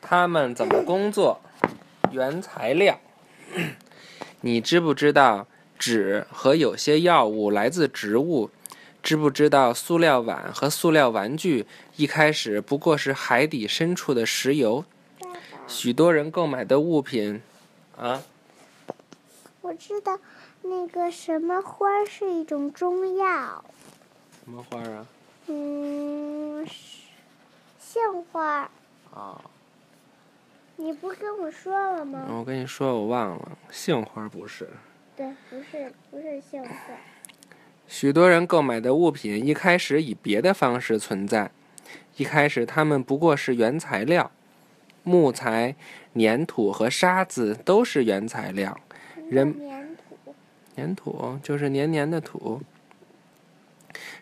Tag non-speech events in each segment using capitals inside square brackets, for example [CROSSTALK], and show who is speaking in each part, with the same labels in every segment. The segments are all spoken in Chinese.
Speaker 1: 他们怎么工作，原材料。 [CLEARS THROAT] 你知不知道纸和有些药物来自植物？知不知道塑料碗和塑料玩具一开始不过是海底深处的石油？许多人购买的物品，啊，
Speaker 2: 我知道那个什么花儿是一种中药，
Speaker 1: 什么花啊？
Speaker 2: 嗯，是杏花儿。
Speaker 1: 啊、
Speaker 2: 你不跟我说了吗？
Speaker 1: 我跟你说，我忘了，杏花不是。
Speaker 2: 对，不是，不是杏
Speaker 1: [COUGHS]
Speaker 2: 花。
Speaker 1: 许多人购买的物品一开始以别的方式存在，一开始它们不过是原材料，木材、粘土和沙子都是原材料，人
Speaker 2: 粘土。
Speaker 1: 粘土就是黏黏的土。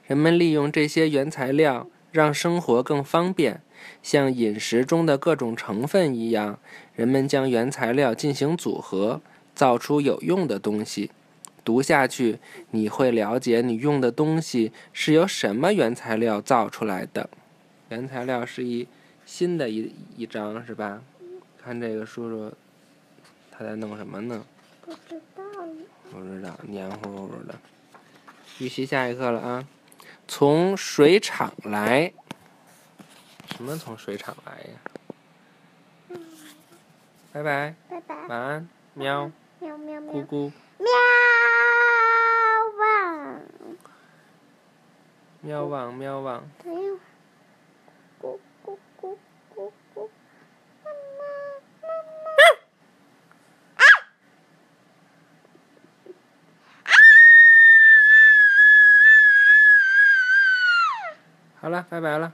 Speaker 1: 人们利用这些原材料让生活更方便，像饮食中的各种成分一样，人们将原材料进行组合，造出有用的东西。读下去，你会了解你用的东西是由什么原材料造出来的。原材料是一新的一一章是吧？看这个叔叔，他在弄什么呢？
Speaker 2: 不知道呢。
Speaker 1: 不知道，黏糊糊的。预习下一课了啊！从水厂来，什么从水厂来呀？拜拜，
Speaker 2: 拜拜。
Speaker 1: 晚安，喵，
Speaker 2: 喵喵喵
Speaker 1: 咕咕，
Speaker 2: 喵汪！
Speaker 1: 喵汪喵汪。
Speaker 2: 等一会儿，哎咕咕咕咕咕，妈妈妈妈。
Speaker 1: 好了，拜拜了。